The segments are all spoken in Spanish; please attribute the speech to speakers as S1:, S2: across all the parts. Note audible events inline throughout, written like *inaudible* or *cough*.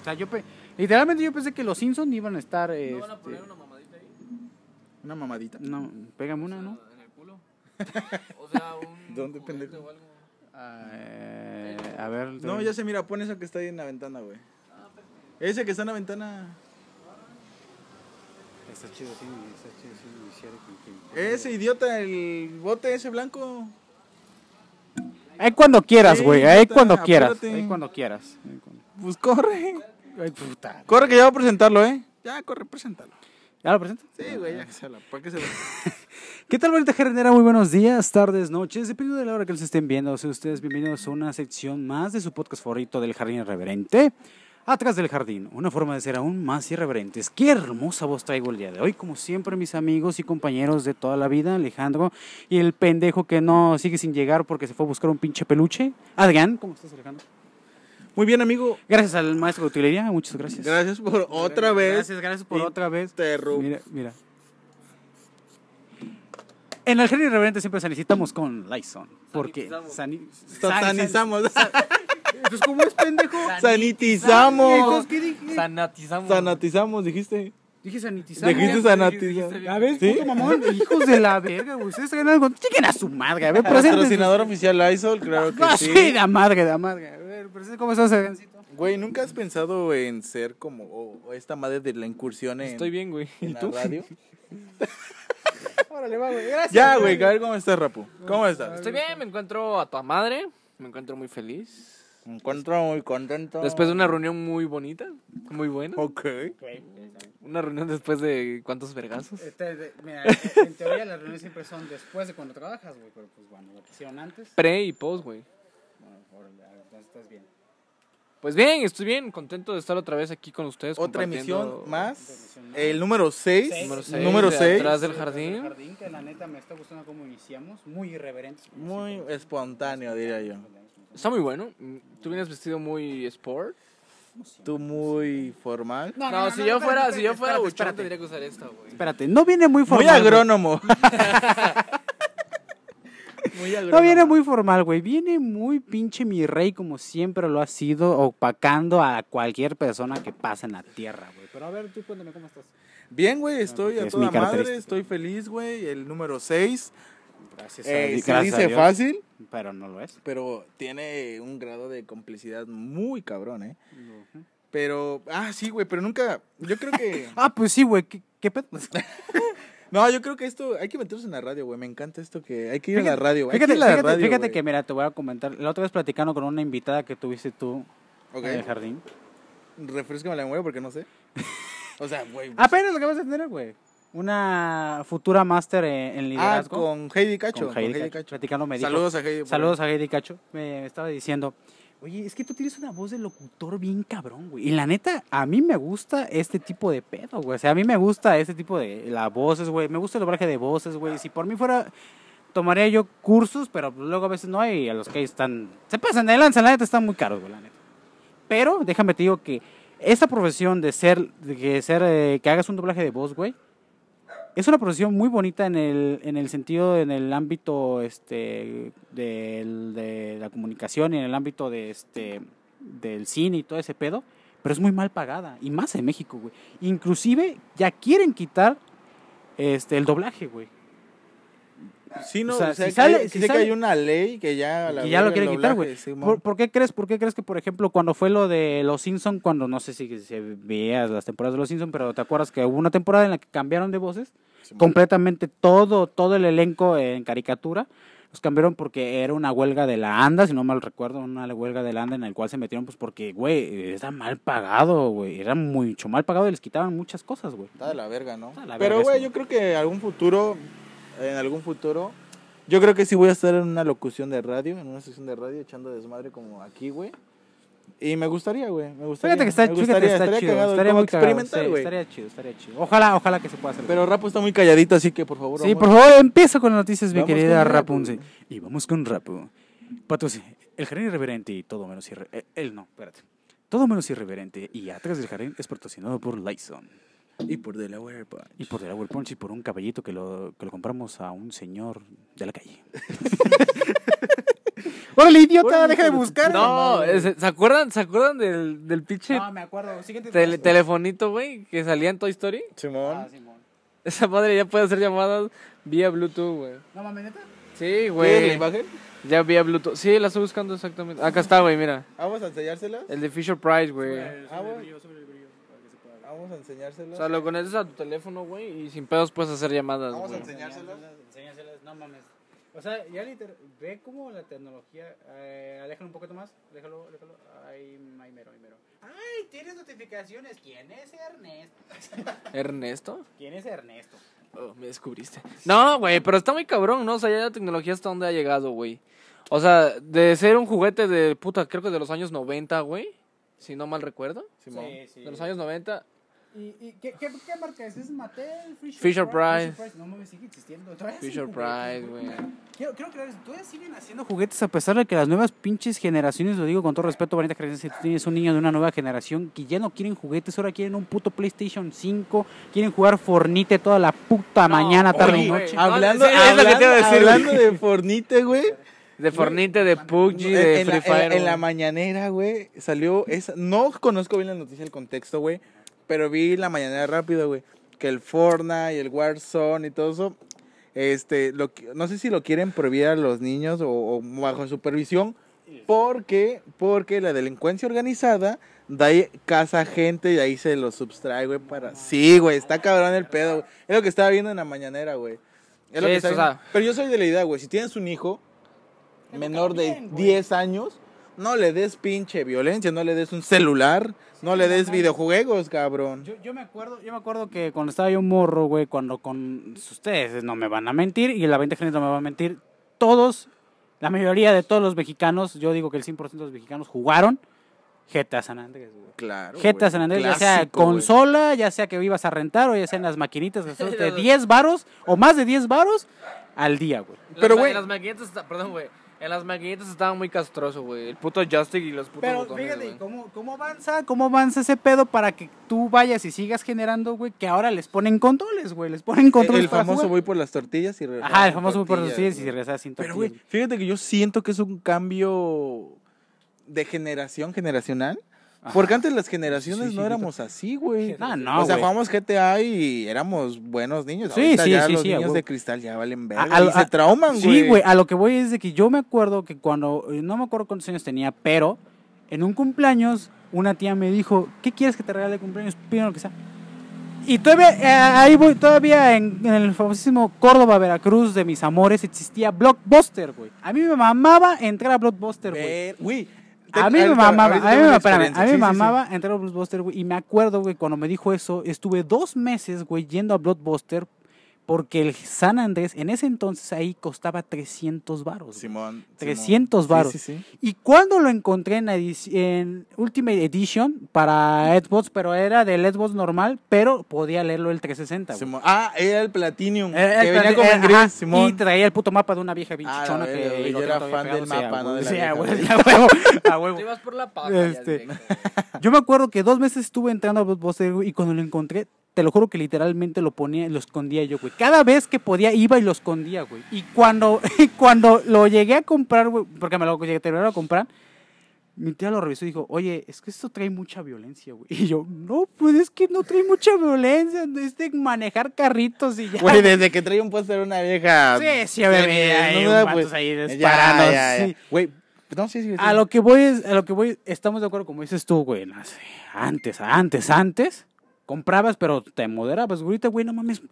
S1: O sea, yo pe- literalmente yo pensé que los Simpsons iban a estar...
S2: ¿No van a
S1: este,
S2: poner una mamadita ahí?
S3: Una mamadita.
S1: No, pégame una, ¿no?
S2: ¿En el culo? O sea, un.
S3: *laughs* ¿Dónde,
S2: juguete
S3: pendejo?
S2: o algo.
S1: Ah, eh, a ver...
S3: No, ya se mira, pon eso que está ahí en la ventana, güey.
S2: Ah,
S3: Ese que está en la ventana.
S1: Está chido, sí, está chido, sí, iniciar con quien-
S3: Ese idiota, el bote ese blanco.
S1: Ahí cuando quieras,
S3: Sí,
S1: güey. ahí,
S3: puta,
S1: cuando quieras.
S3: apúrate.
S1: Ahí cuando quieras. Ahí cuando-
S3: Pues corre.
S1: Ay, puta.
S3: Corre que ya va a presentarlo, ¿eh? Ya, corre, preséntalo.
S1: ¿Ya lo presento?
S3: Sí, güey, ya que se la. ¿Para qué se la?
S1: ¿Qué tal, bonita jardinera? Muy buenos días, tardes, noches, dependiendo de la hora que nos estén viendo. Sean ustedes bienvenidos a una sección más de su podcast favorito del Jardín Irreverente. Atrás del jardín, una forma de ser aún más irreverentes. Qué hermosa voz traigo el día de hoy, como siempre, mis amigos y compañeros de toda la vida, Alejandro y el pendejo que no sigue sin llegar porque se fue a buscar un pinche peluche, Adrián. ¿Cómo estás, Alejandro?
S3: Muy bien, amigo.
S1: Gracias al maestro de utilería, muchas gracias.
S3: Gracias por otra vez. este
S1: Gracias, gracias por otra vez.
S3: Interrumpir.
S1: Mira, mira. En el género irreverente siempre sanitizamos con Lyson. Porque
S2: Sanitizamos.
S1: sani-
S3: Satanizamos.
S1: Entonces, ¿cómo es pendejo?
S3: Sanitizamos.
S1: Entonces, ¿qué dije?
S2: Sanatizamos.
S3: Sanatizamos, dijiste.
S1: dije sanitizar.
S3: Dijiste
S2: dijiste,
S3: sanatizar.
S2: dijiste bien.
S1: A ver,
S3: ¿Sí?
S1: puto mamón, hijos de la verga, güey. Ustedes traen algo. Chiquen a su madre, a ver, preséntense.
S3: Patrocinador oficial Lysol, claro
S1: Ah,
S3: que
S1: sí,
S3: sí.
S1: la madre, la madre. A ver, preséntense, ¿cómo estás, Adriancito?
S3: Güey, ¿nunca has pensado en ser como o- o esta madre de la incursión en,
S2: Estoy bien, güey.
S3: en la radio?
S1: Órale, va, güey. Gracias.
S3: Ya, güey, a ver cómo estás, Rapu. ¿Cómo estás?
S2: Estoy bien, me encuentro a tu madre. Me encuentro muy feliz.
S3: Me encuentro muy contento.
S2: Después de una reunión muy bonita, muy buena.
S3: Ok.
S2: Una reunión después de cuántos vergazos.
S1: Este, de- mira, en teoría las reuniones siempre son después de cuando trabajas, güey. Pero pues bueno, lo que hicieron antes.
S2: Pre y post, güey.
S1: Bueno, órale, a ver, entonces estás bien.
S2: Pues bien, estoy bien, contento de estar otra vez aquí con ustedes.
S3: Otra
S2: compartiendo-
S3: emisión más. El número 6.
S2: Número seis,
S3: Número
S2: de
S3: 6.
S2: atrás del
S1: El
S2: jardín.
S1: jardín, que la neta me está gustando cómo iniciamos. Muy irreverentes. como
S3: Muy
S1: siempre.
S3: espontáneo, diría yo.
S2: Está muy bueno. Tú vienes vestido muy sport.
S3: Tú muy formal.
S2: No, si yo fuera, si yo fuera buchón, tendría que usar esta, güey.
S1: Espérate, no viene muy
S3: Muy
S1: formal. güey. *laughs*
S3: agrónomo. muy agrónomo.
S1: No viene muy formal, güey. Viene muy pinche mi rey, como siempre lo ha sido, opacando a cualquier persona que pasa en la tierra, güey. Pero a ver, tú cuéntame cómo estás.
S3: Bien, güey, estoy a
S1: Es mi
S3: toda madre,
S1: característica.
S3: estoy feliz, güey. El número 6.
S1: Gracias
S3: Eh, se
S1: gracias
S3: dice
S1: Dios.
S3: fácil,
S1: Pero no lo es.
S3: pero tiene un grado de complicidad muy cabrón, ¿eh? Pero, ah, sí, güey, pero nunca, yo creo
S1: *laughs*
S3: que,
S1: Ah, pues sí, güey. ¿Qué, qué
S3: *laughs*
S1: pedo?
S3: no, yo creo que esto, hay que meterse en la radio, güey, me encanta esto que, hay que ir a la radio, güey. hay
S1: Fíjate,
S3: que ir a la
S1: fíjate-
S3: radio,
S1: fíjate
S3: güey.
S1: que, mira, te voy a comentar. La otra vez platicando con una invitada que tuviste tú
S3: Ok,
S1: en el jardín.
S3: refrescame la memoria porque
S1: *laughs*
S3: no sé. O sea, güey.
S1: Apenas lo que vas a tener, güey. Una futura máster en, en
S3: Ah,
S1: liderazgo.
S3: con Heidi Cacho.
S1: con Heidi Cacho. Platicando me dijo-
S3: Saludos a Heidi. por-
S1: Saludos a Heidi Cacho. Me, me estaba diciendo, oye, es que tú tienes una voz de locutor bien cabrón, güey. Y la neta, a mí me gusta este tipo de pedo, güey. O sea, a mí me gusta este tipo de las voces, güey. Me gusta el doblaje de voces, güey. Si por mí fuera, tomaría yo cursos, pero luego a veces no hay. A los que están, se pasan de lanza, la neta, están muy caros, güey, la neta. Pero déjame te digo que esta profesión de ser, de que, ser eh, que hagas un doblaje de voz, güey, es una profesión muy bonita en el, en el sentido, en el ámbito este, del- de la comunicación y en el ámbito de, este, del cine y todo ese pedo, pero es muy mal pagada, y más en México, güey. Inclusive ya quieren quitar este, el doblaje, güey.
S3: Sí, no,
S1: o
S3: o
S1: sea,
S3: sea,
S1: si
S3: que
S1: sale-
S3: hay-
S1: si
S3: sé que
S1: sale-
S3: hay una ley que ya... a la
S1: Que ya lo
S3: verga el
S1: quieren quitar,
S3: doblaje,
S1: güey.
S3: Simón.
S1: ¿Por, por qué crees, ¿Por qué crees que, por ejemplo, cuando fue lo de Los Simpson, cuando no sé si se veías las temporadas de Los Simpson, pero te acuerdas que hubo una temporada en la que cambiaron de voces? completamente todo, todo el elenco en caricatura. Los cambiaron porque era una huelga de la ANDA, si no mal recuerdo, una huelga de la ANDA en la cual se metieron, pues porque, güey, era mal pagado, güey, era mucho mal pagado y les quitaban muchas cosas, güey.
S3: Está de la verga, ¿no?
S1: Está de la
S3: Pero,
S1: verga
S3: güey,
S1: eso.
S3: yo creo que algún futuro, en algún futuro, yo creo que sí voy a estar en una locución de radio, en una sección de radio, echando desmadre como aquí, güey. Y me gustaría, güey, me gustaría.
S1: Fíjate que está,
S3: me
S1: fíjate que
S3: gustaría,
S1: está
S3: estaría
S1: chido,
S3: cagado,
S1: Pues, estaría
S3: como
S1: muy cagado,
S3: experimental,
S1: sí,
S3: güey.
S1: estaría chido, estaría chido. Ojalá, ojalá que se pueda hacer.
S3: Pero Rapo está muy calladito, así que, por favor,
S1: Sí,
S3: vamos.
S1: por favor, empieza con las noticias, mi
S3: Vamos
S1: querida
S3: con Rapu.
S1: Rapunzel. Y vamos con Rapu. Patos, el jardín irreverente y todo menos irreverente. Él no, espérate. Todo menos irreverente y atrás del jardín es patrocinado por Lyson.
S3: Y por Delaware, pa.
S1: Y por Delaware Punch y por un caballito que lo, que lo compramos a un señor de la calle. *laughs* ¡Órale, idiota!
S3: Órale,
S1: ¡Deja de
S3: hijo de tu
S1: buscar!
S2: No,
S3: madre.
S2: ¿se se acuerdan, ¿se acuerdan del, del pinche
S1: No, me acuerdo. Siguiente.
S2: tele- telefonito, güey? Que salía en Toy Story. *laughs*
S1: Ah,
S3: Simón.
S1: Simón.
S2: Esa madre ya puede hacer llamadas vía Bluetooth, güey.
S1: No mames, neta.
S2: Sí,
S3: ¿Quieres la
S2: güey.
S3: imagen?
S2: Ya vía Bluetooth. Sí, la estoy buscando exactamente. Acá está, güey, mira.
S3: Vamos a enseñársela.
S2: El de Fisher Price, güey.
S3: Ah, bueno.
S1: Vamos
S3: Vamos a enseñársela.
S2: O sea, lo conectas a tu teléfono, güey, y sin pedos puedes hacer llamadas,
S3: Vamos a
S2: güey.
S3: enseñar. Enseñárselas.
S1: Enseñárselas, no mames. O sea, ya literal, ve cómo la tecnología, eh, aléjalo un poquito más, déjalo, déjalo, ahí, ahí mero, ahí mero. Ay, tienes notificaciones, ¿quién es Ernesto?
S2: ¿Ernesto?
S1: ¿Quién es Ernesto?
S2: Oh, me descubriste. No, güey, pero está muy cabrón, ¿no? O sea, ya la tecnología hasta dónde ha llegado, güey. O sea, de ser un juguete de puta, creo que de los años 90, güey. Si no mal recuerdo.
S3: Simón.
S1: sí.
S2: De los años 90.
S1: ¿Y, y qué, qué, qué marca es? ¿Es Mattel? Fisher,
S2: Fisher
S1: Price,
S2: Price.
S1: Fisher No mames, sigue existiendo. todavía hacen
S2: Fisher
S1: juguetes,
S2: Price, güey.
S1: Quiero, quiero creer, todavía siguen haciendo juguetes a pesar de que las nuevas pinches generaciones, lo digo con todo respeto, bonita generación, si tú tienes un niño de una nueva generación que ya no quieren juguetes, ahora quieren un puto PlayStation 5, quieren jugar Fornite toda la puta
S2: No,
S1: mañana, tarde y
S2: oye,
S1: noche. Ah,
S2: güey.
S3: Hablando,
S2: sí, es lo que te iba a
S3: hablando-
S2: decir, güey.
S3: hablando de Fornite, güey.
S2: De Fornite, de PUBG, de Free
S3: en, la, en la-
S2: Fire.
S3: en la
S2: güey.
S3: mañanera, güey, salió esa. No conozco bien la noticia, el contexto, güey. Pero vi la mañanera rápido, güey. Que el Fortnite, el Warzone y todo eso. Este, lo, qui- no sé si lo quieren prohibir a los niños o, o bajo supervisión. Porque, porque la delincuencia organizada da ahí casa gente y ahí se los subtrae, güey, para... Sí, güey, está cabrón el pedo, güey. Es lo que estaba viendo en la mañanera, güey. Es lo
S2: Sí,
S3: que
S2: esto,
S3: estaba
S2: o
S3: viendo. Pero yo soy de la idea, güey, si tienes un hijo, menor de
S1: también, güey.
S3: 10 años, no le des pinche violencia, no le des un celular, no le des
S1: no mames.
S3: videojuegos, cabrón.
S1: Yo, yo me acuerdo, yo me acuerdo que cuando estaba yo morro, güey, cuando con ustedes no me van a mentir y la 20 gente no me va a mentir, todos, la mayoría de todos los mexicanos, yo digo que el 100% de los mexicanos jugaron GTA San Andrés, güey.
S3: Claro.
S1: GTA
S3: güey,
S1: San Andrés, ya sea
S3: clásico, güey.
S1: consola, ya sea que ibas a rentar o ya sea en las maquinitas,
S3: *laughs*
S1: que son de 10 varos o más de 10 varos al día, güey.
S2: Las
S3: Pero,
S2: ma-
S3: güey-
S2: En las maquinitas, está- perdón, güey. En las maquinitas estaba muy castroso, güey. El puto joystick y los putos
S1: Pero
S2: botones,
S1: fíjate,
S2: güey.
S1: ¿cómo, ¿cómo avanza? ¿Cómo avanza ese pedo para que tú vayas y sigas generando, güey? Que ahora les ponen controles, güey. Les ponen
S3: El,
S1: controles
S3: el
S1: para
S3: famoso
S1: jugar.
S3: voy por las tortillas y regresaba
S1: Ajá, el
S3: sin
S1: famoso voy por los tortillas
S3: tortillas, güey.
S1: y regresas sin
S3: Pero, güey,
S1: tortillas.
S3: fíjate que yo siento que es un cambio de generación generacional. Porque antes las generaciones no éramos así, güey.
S1: Ah, no,
S3: o sea,
S1: güey.
S3: jugábamos GTA y éramos buenos niños.
S1: Sí,
S3: Ahorita
S1: sí,
S3: ya
S1: sí,
S3: los
S1: sí, a
S3: niños
S1: huevo.
S3: de cristal ya valen verga
S1: A- a-
S3: y se
S1: a-
S3: trauman, güey.
S1: Sí, güey, a lo que voy es de que yo me acuerdo que cuando, eh, no me acuerdo cuántos años tenía, pero en un cumpleaños una tía me dijo, ¿qué quieres que te regale de cumpleaños? Pídeme lo que sea. Y todavía, eh, ahí voy, todavía en, en el famosísimo Córdoba, Veracruz de mis amores existía Blockbuster, güey. A mí me mamaba entrar a Blockbuster, güey.
S3: Ver- güey. te-
S1: A mí me
S3: ahorita-
S1: mamaba,
S3: ahorita
S1: a mí
S3: tengo
S1: me,
S3: una
S1: espérame,
S3: experiencia.
S1: a mí
S3: Sí,
S1: me
S3: sí, sí.
S1: mamaba entrar a Blockbuster, güey, y me acuerdo, güey, cuando me dijo eso, estuve dos meses, güey, yendo a Blockbuster porque el San Andrés en ese entonces ahí costaba 300 varos. güey.
S3: Simón. Simón.
S1: 300 varos.
S3: Sí, sí, sí.
S1: Y cuando lo encontré en, edi- en Ultimate Edition para Xbox, pero era del Xbox normal, pero podía leerlo el 360, güey.
S3: Simón. Ah, era el Platinum.
S1: Era el
S3: que venía
S1: plan-
S3: como en
S1: era-
S3: gris,
S1: ajá, Y
S3: Simón.
S1: traía el puto mapa de una vieja bien
S3: Ah, la
S1: chichona
S3: verga,
S1: que
S3: güey,
S1: lo
S3: yo era
S1: tengo todavía
S3: fan del
S1: pegado, sí, a
S3: mapa, no
S1: huevo.
S3: de la
S1: Sí, a
S3: vieja,
S1: huevo,
S3: güey.
S1: sí, a huevo, *laughs* a huevo.
S2: Te ibas por la paja. ya
S1: Este.
S2: directo, güey.
S1: Yo me acuerdo que dos veces estuve entrando a Blockbuster, güey, y cuando lo encontré, te lo juro que literalmente lo ponía, lo escondía yo, güey. Cada vez que podía, iba y lo escondía, güey. Y cuando, *laughs* y cuando lo llegué a comprar, güey, porque me lo llegué terminaron a comprar, mi tía lo revisó y dijo, oye, es que esto trae mucha violencia, güey. *laughs* Y yo, no, pues es que no trae mucha violencia, es de manejar carritos y ya.
S3: Güey, desde que traía un póster una vieja.
S1: Sí, sí, bebé, hay
S3: desnuda,
S1: un vatos ahí disparando, sí.
S3: Güey, no sé si.
S1: A lo que voy es, a lo que voy, estamos de acuerdo, como dices tú, güey, no sé, antes, antes, antes, comprabas, pero te moderabas, güey, ahorita, güey, no mames,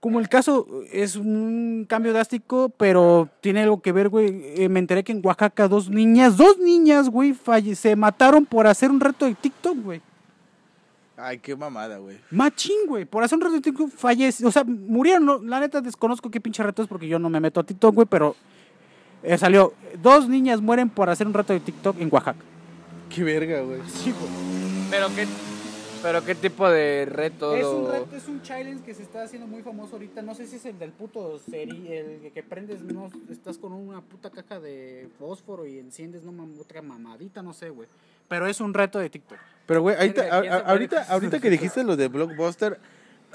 S1: como el caso es un cambio drástico, pero tiene algo que ver, güey, eh, me enteré que en Oaxaca dos niñas, dos niñas, güey, falle- se mataron por hacer un reto de TikTok, güey,
S3: Ay, qué mamada, güey.
S1: machín, güey, por hacer un reto de TikTok falleció, o sea, murieron, no, la neta desconozco qué pinche reto es porque yo no me meto a TikTok, güey, pero eh, salió, dos niñas mueren por hacer un reto de TikTok en Oaxaca.
S3: Qué verga, güey.
S1: Sí, güey.
S2: Pero qué, pero qué tipo de reto.
S1: Es un
S2: lo-
S1: reto, es un challenge que se está haciendo muy famoso ahorita. No sé si es el del puto seri, el que- que prendes, no, estás con una puta caja de fósforo y enciendes no, mam- otra mamadita, no sé, güey. Pero es un reto de TikTok.
S3: Pero, güey, ahorita,
S2: Verga, ¿quién
S3: a- a-
S2: se muere
S3: ahorita,
S2: con sus
S3: ahorita que dijiste los de Blockbuster,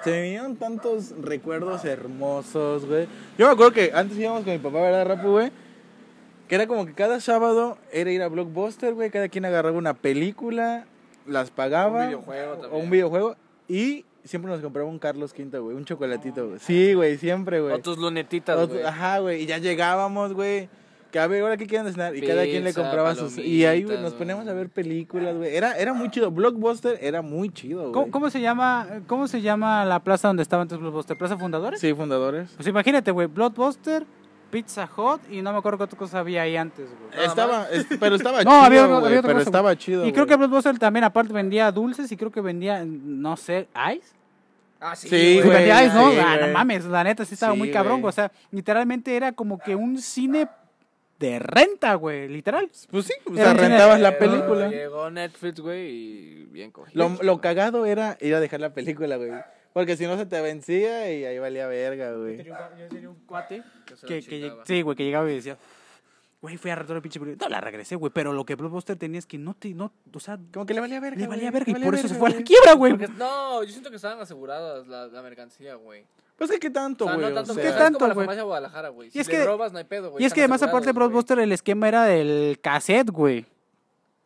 S3: se me vinieron tantos recuerdos hermosos, güey. Yo me acuerdo que antes íbamos con mi papá, ¿verdad, Rapu, güey? Que era como que cada sábado era ir a Blockbuster, güey. Cada quien agarraba una película, las pagaba.
S2: Un videojuego
S3: O un
S2: también.
S3: videojuego. Y siempre nos compraba un Carlos Quinta, güey. Un chocolatito, güey. Sí, güey, siempre, güey.
S2: O tus lunetitas,
S3: Otro-
S2: güey.
S3: Ajá, güey. Y ya llegábamos, güey. Que a ver, ahora que quieren cenar. Y cada quien le
S2: Pizza,
S3: compraba sus. Y ahí, güey,
S2: palomitas,
S3: nos poníamos a
S2: güey.
S3: ver películas, güey. Era, era muy chido. Blockbuster era muy chido, güey.
S1: ¿Cómo, cómo se llama, ¿Cómo se llama la plaza donde estaban tus Blockbuster? ¿Plaza Fundadores?
S3: Sí, fundadores.
S1: Pues imagínate, güey, Blockbuster, Pizza Hut y no me acuerdo qué otra cosa había ahí antes, güey.
S2: Nada
S3: Estaba, es- pero *laughs* estaba
S1: No,
S3: chido,
S1: había otro-
S3: güey,
S1: había otra
S3: pero
S1: cosa,
S3: estaba chido.
S1: Y creo que
S3: güey.
S1: Blockbuster también aparte vendía dulces y creo que vendía, no sé, ice.
S2: Ah, sí,
S3: Sí,
S1: Sí,
S3: güey,
S1: vendía ice, ¿no?
S3: sí,
S1: Ah, no
S3: güey.
S1: mames, la neta sí estaba
S3: Sí,
S1: muy cabrón,
S3: güey.
S1: güey. O sea, literalmente era como que un cine de renta, güey, literal.
S3: Pues sí, o
S1: Era
S3: sea,
S1: un cine-
S3: rentabas la
S2: Llegó-
S3: película.
S2: Llegó Netflix, güey, y bien cogido.
S3: Lo, lo cagado era ir a dejar la película, güey. Porque si no se te vencía y ahí valía verga, güey.
S1: Yo tenía un cuate
S2: se lo
S1: que, que lleg-
S2: chingaba.
S1: sí, güey, que llegaba y decía, güey, fui a retornar el pinche película. No, la regresé, güey, pero lo que Blockbuster tenía es que no te, no, o sea,
S3: Como que le valía verga.
S1: le
S3: güey,
S1: valía verga y
S3: le
S1: por
S3: valía
S1: eso se
S3: verga,
S1: fue a la
S3: güey.
S1: quiebra, güey.
S2: Porque- no, yo siento que estaban aseguradas la, la mercancía, güey.
S3: Pues que qué tanto,
S2: O sea,
S3: güey.
S2: no tanto,
S3: o sea,
S1: ¿Qué
S2: es
S1: tanto,
S2: como la
S1: güey?
S2: farmacia de Guadalajara, güey. Si
S1: es
S2: es
S1: que-
S2: que, robas, no hay pedo, güey.
S1: Y es que además, aparte de Blockbuster, el esquema era del cassette, güey.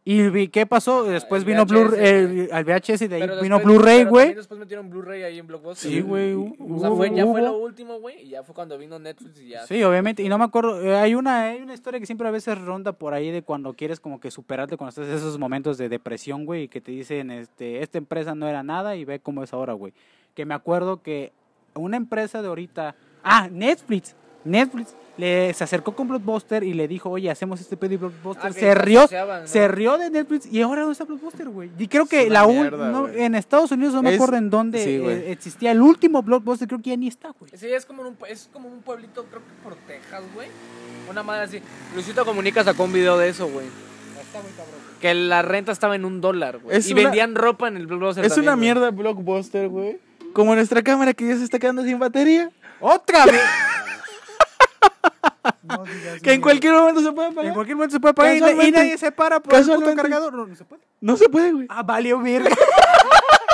S1: ¿Y vi- qué pasó?
S2: Ajá,
S1: Después
S2: Ah, el
S1: vino
S2: VHS,
S1: Blu-ray, eh,
S2: güey.
S1: el- al VHS y de ahí vino Blu-ray,
S2: Y
S1: güey.
S2: después pues, metieron Blu-ray ahí en Blockbuster.
S1: Sí, güey.
S2: O sea, fue- ya
S1: hubo-
S2: fue lo último, güey, y ya fue cuando vino Netflix y ya.
S1: Sí, obviamente. Y no me acuerdo. eh, Hay una, hay una historia que siempre a veces ronda por ahí de cuando quieres como que superarte cuando estás en esos momentos de depresión, güey, y que te dicen, este, esta empresa no era nada y ve cómo es ahora, güey. Que me acuerdo que una empresa de ahorita. Ah, Netflix. Netflix le, se acercó con Blockbuster y le dijo, oye, hacemos este pedo y Blockbuster
S2: Ah, que
S1: se rió.
S2: asociaban, ¿no?
S1: Se rió de Netflix y ahora no está Blockbuster, güey. Y creo
S3: Es
S1: que
S3: una
S1: la
S3: mierda,
S1: última.
S3: güey.
S1: En Estados Unidos no me
S3: Es-
S1: acuerdo en dónde
S3: sí, güey.
S1: eh, existía el último Blockbuster, creo que ya ni está, güey.
S2: Sí, es como, en un, es como un pueblito, creo que por Texas, güey. Una madre así. Luisito Comunica sacó un video de eso, güey. Que la renta estaba en un dólar, güey.
S3: Es
S2: Y
S3: una-
S2: vendían ropa en el Blockbuster.
S3: Es una
S2: también, güey.
S3: mierda blockbuster, güey. Como nuestra cámara que ya se está quedando sin batería.
S1: ¡Otra *laughs* vez!
S3: Que en cualquier momento se puede apagar.
S1: En cualquier momento se puede pagar y, na- y
S3: Casualmente-
S1: nadie se para por el puto
S3: casualmente-
S1: cargador. No, no se puede.
S3: No se puede, güey.
S1: Ah, valió verga. *laughs*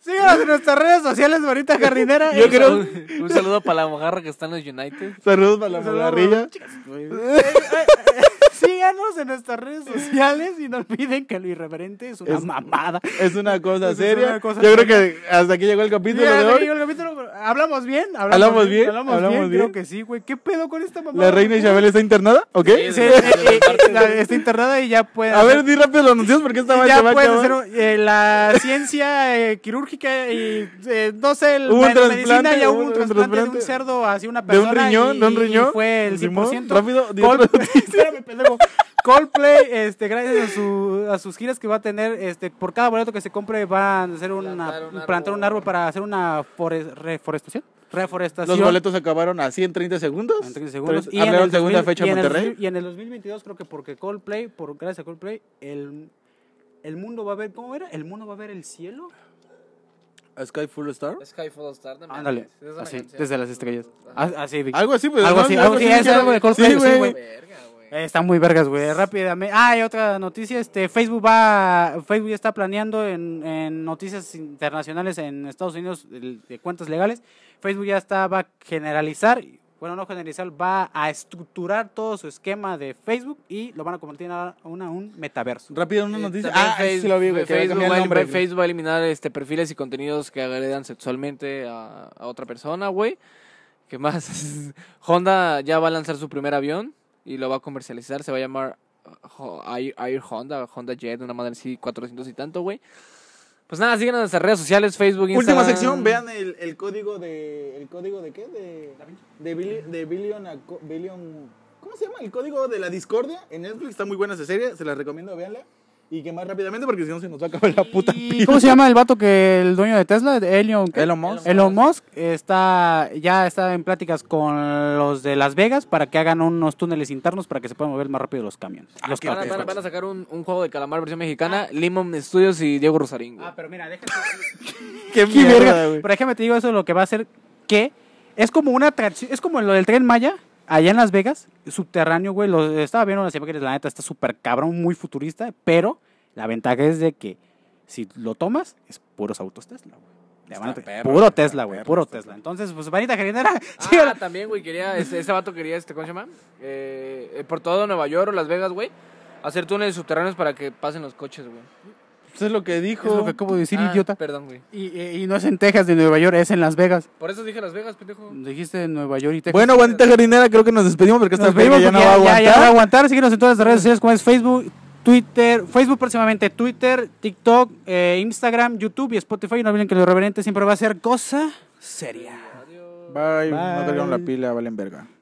S1: Síganos en nuestras redes sociales, bonita jardinera.
S3: Yo
S1: Eso.
S3: creo-
S2: Un saludo para la mojarra que está en los United.
S3: Saludos para la
S1: Un saludo,
S3: mojarrilla.
S1: pues. Eh, Síganos en nuestras redes sociales y no olviden que lo irreverente es una
S3: Es-
S1: mamada.
S3: Es una cosa
S1: Es una
S3: seria.
S1: cosa
S3: Yo creo que hasta aquí llegó el capítulo
S1: Ya,
S3: de
S1: ya
S3: hoy.
S1: llegó el capítulo, pero ¿Hablamos bien?
S3: ¿Hablamos bien?
S1: Hablamos,
S3: ¿Hablamos
S1: bien, creo
S3: bien?
S1: que sí, güey. ¿Qué pedo con esta mamada?
S3: La reina Isabel está internada, ¿ok?
S2: Sí,
S1: Sí, eh, eh, eh, la- está internada y ya puede.
S3: A
S1: hacer-
S3: ver, di rápido los anuncios porque esta madre se
S1: ya
S3: va a
S1: puedes
S3: acabar.
S1: hacer eh, la ciencia eh, quirúrgica y eh, no sé, el,
S3: Hubo un
S1: la medicina
S3: trasplante,
S1: ya hubo
S3: hubo
S1: un
S3: un
S1: trasplante, de un
S3: trasplante.
S1: cerdo hacia una
S3: De un
S1: persona.
S3: riñón,
S1: y,
S3: de un riñón.
S1: fue el
S3: Simón,
S1: 100%.
S3: rápido, di otra
S1: *laughs* Coldplay, espérame, pendejo. Coldplay, este, gracias a, su- a sus giras que va a tener, este, por cada boleto que se compre van a hacer una,
S2: Plantar un árbol.
S1: plantar un árbol para hacer una fores- reforestación. Reforestación.
S3: Los boletos acabaron así en 30 segundos.
S1: En 30 segundos.
S3: Tres- Hablaron
S1: el
S3: segunda
S1: 2000
S3: fecha
S1: y
S3: en
S1: en el
S3: Monterrey.
S1: 2000 y en el 2022 creo que porque Coldplay, por, gracias a Coldplay, el, el mundo va a ver, ¿cómo era? ¿El mundo va a ver el cielo?
S3: A Sky Full Star.
S2: Skyfall of Star también.
S1: Ándale,
S2: Esa es una
S1: así,
S2: canción.
S1: desde las estrellas.
S2: Ajá.
S1: Ah, Así, vi.
S3: Algo así, pues.
S1: Algo
S3: ¿no?
S1: así, algo así,
S3: me
S1: es
S3: suena.
S1: algo de Coldplay,
S3: Sí,
S1: sí,
S3: güey.
S1: güey.
S2: Verga, güey.
S1: Eh, están muy vergas, güey. Rápidamente. Ah, hay otra noticia. Este, Facebook va, Facebook ya está planeando en, en noticias internacionales en Estados Unidos el- de cuentas legales. Facebook ya está va a generalizar, bueno no generalizar, va a estructurar todo su esquema de Facebook y lo van a convertir en a una- un metaverso.
S3: Rápido, una
S2: Eh,
S3: noticia.
S2: también
S3: Ah,
S2: Face-
S3: sí lo vi, güey. que va a
S2: Facebook,
S3: cambiar
S2: va
S3: el
S2: a
S3: nombre.
S2: elim- Facebook va a eliminar este, perfiles y contenidos que agredan sexualmente a, a otra persona, güey. ¿Qué más? *laughs* Honda ya va a lanzar su primer avión y lo va a comercializar. Se va a llamar uh, Air, Air Honda, Honda Jet, una madre así, 400 y tanto, güey. Pues nada, sigan en nuestras redes sociales, Facebook, Instagram.
S3: Última sección, vean el, el código de. ¿El código de qué? De, de, Billi- de billion, a co- billion- ¿Cómo se llama? El código de la discordia. En Netflix está muy buena esa serie, se la recomiendo, véanla. Y que más rápidamente porque si no se nos va a acabar la puta
S1: ¿Y cómo se llama el vato que el dueño de Tesla? Elon, ¿qué?
S3: Elon Musk.
S1: Elon Musk está, ya está en pláticas con los de Las Vegas para que hagan unos túneles internos para que se puedan mover más rápido los camiones.
S3: Ah,
S1: los
S2: Van a,
S1: carros.
S2: van a- van a sacar un, un juego de calamar versión mexicana, Limon Studios y Diego Rosarín. güey.
S1: Ah, pero mira, déjate.
S3: *laughs* ¡Qué
S1: Qué verga.
S3: mierda, güey!
S1: Pero déjame te digo eso, lo que va a hacer que es como una atracción, es como lo del tren Maya, allá en Las Vegas, subterráneo, güey. Lo estaba viendo las imágenes, la neta está súper cabrón, muy futurista, pero la ventaja es de que si lo tomas, es puros autos Tesla, güey. Le van a
S3: Está
S1: pe-
S3: perro,
S1: puro
S3: está
S1: Tesla, güey,
S3: perro,
S1: puro
S3: está
S1: Tesla.
S3: perro.
S1: Entonces, pues, Vanita jardinera. *laughs* sí,
S2: Ah, también, güey, quería, este, este vato quería, este, ¿cómo se llama? Eh, eh, por todo Nueva York o Las Vegas, güey, hacer túneles subterráneos para que pasen los coches, güey.
S3: Eso Pues es lo que dijo.
S1: es lo que acabo de decir,
S2: Ah,
S1: idiota.
S2: Perdón, güey.
S1: Y, y- y no es en Texas de Nueva York, es en Las Vegas.
S2: Por eso dije Las Vegas, pendejo.
S1: Dijiste Nueva York y Texas.
S3: Bueno, bandita jardinera, creo que nos despedimos porque esta
S1: Nos
S3: peña
S1: vemos
S3: ya
S1: porque
S3: no va a aguantar.
S1: ya no va a aguantar. Síguenos en todas las redes sociales como es Facebook, Twitter, Facebook próximamente, Twitter, TikTok, eh, Instagram, YouTube y Spotify. Y No olviden que lo reverente siempre va a ser cosa seria.
S3: Bye, no
S1: Bye.
S3: cargaron la pila, valen verga.